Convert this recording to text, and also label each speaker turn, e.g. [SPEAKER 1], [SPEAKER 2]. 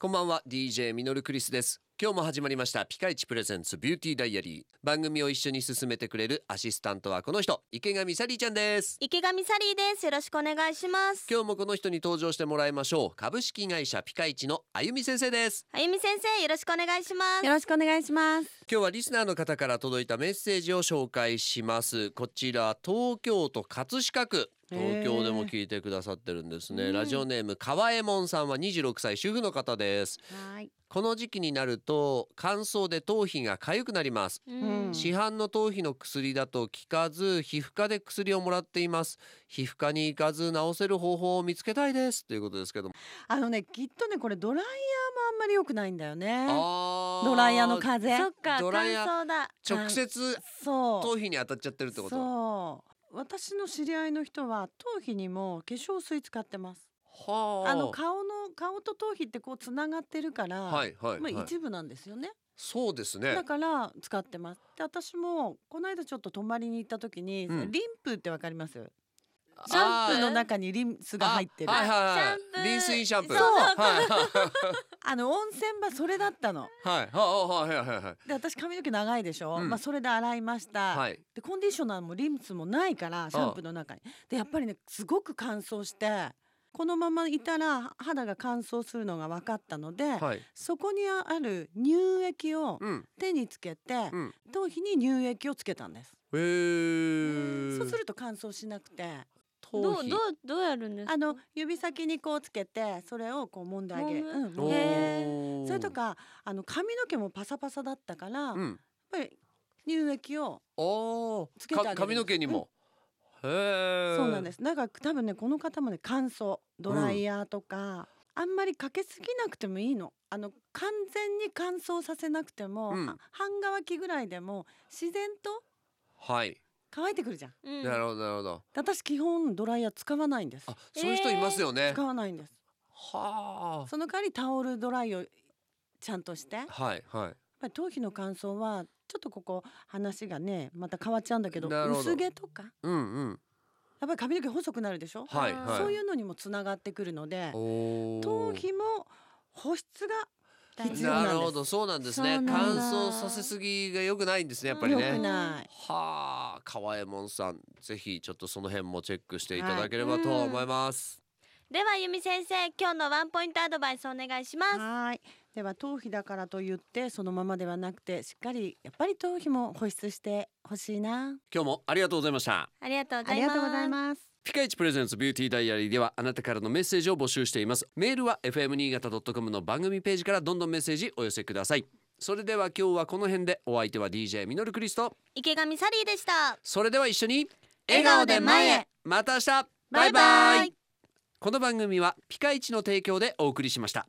[SPEAKER 1] こんばんは DJ ミノルクリスです今日も始まりましたピカイチプレゼンツビューティーダイアリー番組を一緒に進めてくれるアシスタントはこの人池上サリーちゃんです
[SPEAKER 2] 池上サリーですよろしくお願いします
[SPEAKER 1] 今日もこの人に登場してもらいましょう株式会社ピカイチのあゆみ先生です
[SPEAKER 2] あゆみ先生よろしくお願いします
[SPEAKER 3] よろしくお願いします。
[SPEAKER 1] 今日はリスナーの方から届いたメッセージを紹介しますこちら東京都葛飾区東京でも聞いてくださってるんですね、
[SPEAKER 3] うん
[SPEAKER 1] ラジオネーム川右衛門さんは26歳主婦の方です
[SPEAKER 3] はい。
[SPEAKER 1] この時期になると乾燥で頭皮が痒くなります
[SPEAKER 3] ん
[SPEAKER 1] 市販の頭皮の薬だと効かず皮膚科で薬をもらっています皮膚科に行かず治せる方法を見つけたいですということですけども
[SPEAKER 3] あのね、きっとね、これドライヤーもあんまり良くないんだよね。
[SPEAKER 1] あー
[SPEAKER 3] ドライヤーの風
[SPEAKER 2] そっ
[SPEAKER 3] 邪。
[SPEAKER 2] か乾
[SPEAKER 1] ドライヤー
[SPEAKER 2] 燥だ
[SPEAKER 1] 直接
[SPEAKER 3] そ
[SPEAKER 1] 頭皮に当たっちゃってるって
[SPEAKER 3] う。
[SPEAKER 1] こと
[SPEAKER 3] そう。私の知り合いの人は頭皮にも化粧水使ってます。
[SPEAKER 1] は
[SPEAKER 3] あの顔の顔と頭皮ってこうつながってるから、
[SPEAKER 1] はいはい、
[SPEAKER 3] ま
[SPEAKER 1] は
[SPEAKER 3] あ
[SPEAKER 1] い、
[SPEAKER 3] 一部なんですよね。
[SPEAKER 1] そうですね
[SPEAKER 3] だから使ってます。で、私もこの間ちょっと泊まりに行った時に、
[SPEAKER 1] うん
[SPEAKER 3] リンプってわかります？シャンプーの中にリンスが入ってる。
[SPEAKER 1] あはい
[SPEAKER 3] あ
[SPEAKER 1] は
[SPEAKER 2] シャン
[SPEAKER 1] い
[SPEAKER 2] プ
[SPEAKER 1] は
[SPEAKER 2] ー
[SPEAKER 1] いリンスインシャンプー
[SPEAKER 3] そう
[SPEAKER 1] はい
[SPEAKER 3] の温泉場それだったの。
[SPEAKER 1] はいはいはいはいはいはい
[SPEAKER 3] で、私髪の毛長いでしょ。
[SPEAKER 1] うん
[SPEAKER 3] まあそれで洗いました。
[SPEAKER 1] はい
[SPEAKER 3] でコンディショナーもリンスもないからシャンプーの中にでやっぱりねすごく乾燥してこのままいたら肌が乾燥するのが分かったので、
[SPEAKER 1] はい
[SPEAKER 3] そこにある乳液を
[SPEAKER 1] うん
[SPEAKER 3] 手につけて、
[SPEAKER 1] うん
[SPEAKER 3] 頭皮に乳液をつけたんです、
[SPEAKER 1] へー
[SPEAKER 3] そうすると乾燥しなくて
[SPEAKER 2] どう
[SPEAKER 1] 頭皮
[SPEAKER 2] どうどうやるんですか
[SPEAKER 3] あの指先にこうつけてそれをこう揉んであげる、
[SPEAKER 2] 揉
[SPEAKER 3] うん
[SPEAKER 2] む
[SPEAKER 3] 揉んであげる
[SPEAKER 2] へ
[SPEAKER 3] それとかあの髪の毛もパサパサだったから、
[SPEAKER 1] う
[SPEAKER 3] やっ
[SPEAKER 1] ん
[SPEAKER 3] ぱり乳液を
[SPEAKER 1] お
[SPEAKER 3] つけてあげる
[SPEAKER 1] ーか髪の毛にも、へえ
[SPEAKER 3] そうなんです。なんか多分ねこの方もね乾燥ドライヤーとか、あんまりかけすぎなくてもいいの。あの完全に乾燥させなくても、
[SPEAKER 1] うん
[SPEAKER 3] あ半乾きぐらいでも自然と
[SPEAKER 1] はい
[SPEAKER 3] 乾いてくるじゃん。で
[SPEAKER 2] うん
[SPEAKER 1] なるほどなるほど
[SPEAKER 3] 私基本ドライヤー使わないんです
[SPEAKER 1] あ。そういう人いますよね、
[SPEAKER 3] 使わないんです。
[SPEAKER 1] は
[SPEAKER 3] その代わりタオルドライをちゃんとして。やっ
[SPEAKER 1] あはいはい
[SPEAKER 3] ぱり頭皮の乾燥はちょっとここ話がねまた変わっちゃうんだけど
[SPEAKER 1] なるほど
[SPEAKER 3] 薄毛とか
[SPEAKER 1] うんうん
[SPEAKER 3] やっぱり髪の毛細くなるでしょ。
[SPEAKER 1] はい
[SPEAKER 2] あー
[SPEAKER 1] はい
[SPEAKER 3] そういうのにもつながってくるので。
[SPEAKER 1] おー
[SPEAKER 3] 頭皮も保湿が必要な
[SPEAKER 1] な
[SPEAKER 3] んです。
[SPEAKER 1] るほどそうなんですね
[SPEAKER 3] そう
[SPEAKER 1] 乾
[SPEAKER 3] なんだ
[SPEAKER 1] 燥させすぎが良くないんですねやっぱり
[SPEAKER 3] 良
[SPEAKER 1] ね
[SPEAKER 3] くない。
[SPEAKER 1] はあ、川右衛門さん、ぜひちょっとその辺もチェックしていただければと思います。
[SPEAKER 2] ではゆみ先生今日のワンポイントアドバイスお願いします
[SPEAKER 3] はい。では頭皮だからと言ってそのままではなくてしっかりやっぱり頭皮も保湿してほしいな。
[SPEAKER 1] 今日もありがとうございました。
[SPEAKER 2] ありがとうござ
[SPEAKER 3] あ
[SPEAKER 2] い
[SPEAKER 3] り
[SPEAKER 2] ます
[SPEAKER 3] がとうございます。
[SPEAKER 1] ピカイチプレゼンツビューティーダイアリーではあなたからのメッセージを募集しています。メールは fm 新潟 .com の番組ページからどんどんメッセージお寄せください。それでは今日はこの辺でお相手は DJ ミノルクリスト。
[SPEAKER 2] 池上サリーでした
[SPEAKER 1] それでは一緒に
[SPEAKER 2] 笑顔で前へ
[SPEAKER 1] また明日
[SPEAKER 2] バイバイ
[SPEAKER 1] この番組はピカイチの提供でお送りしました。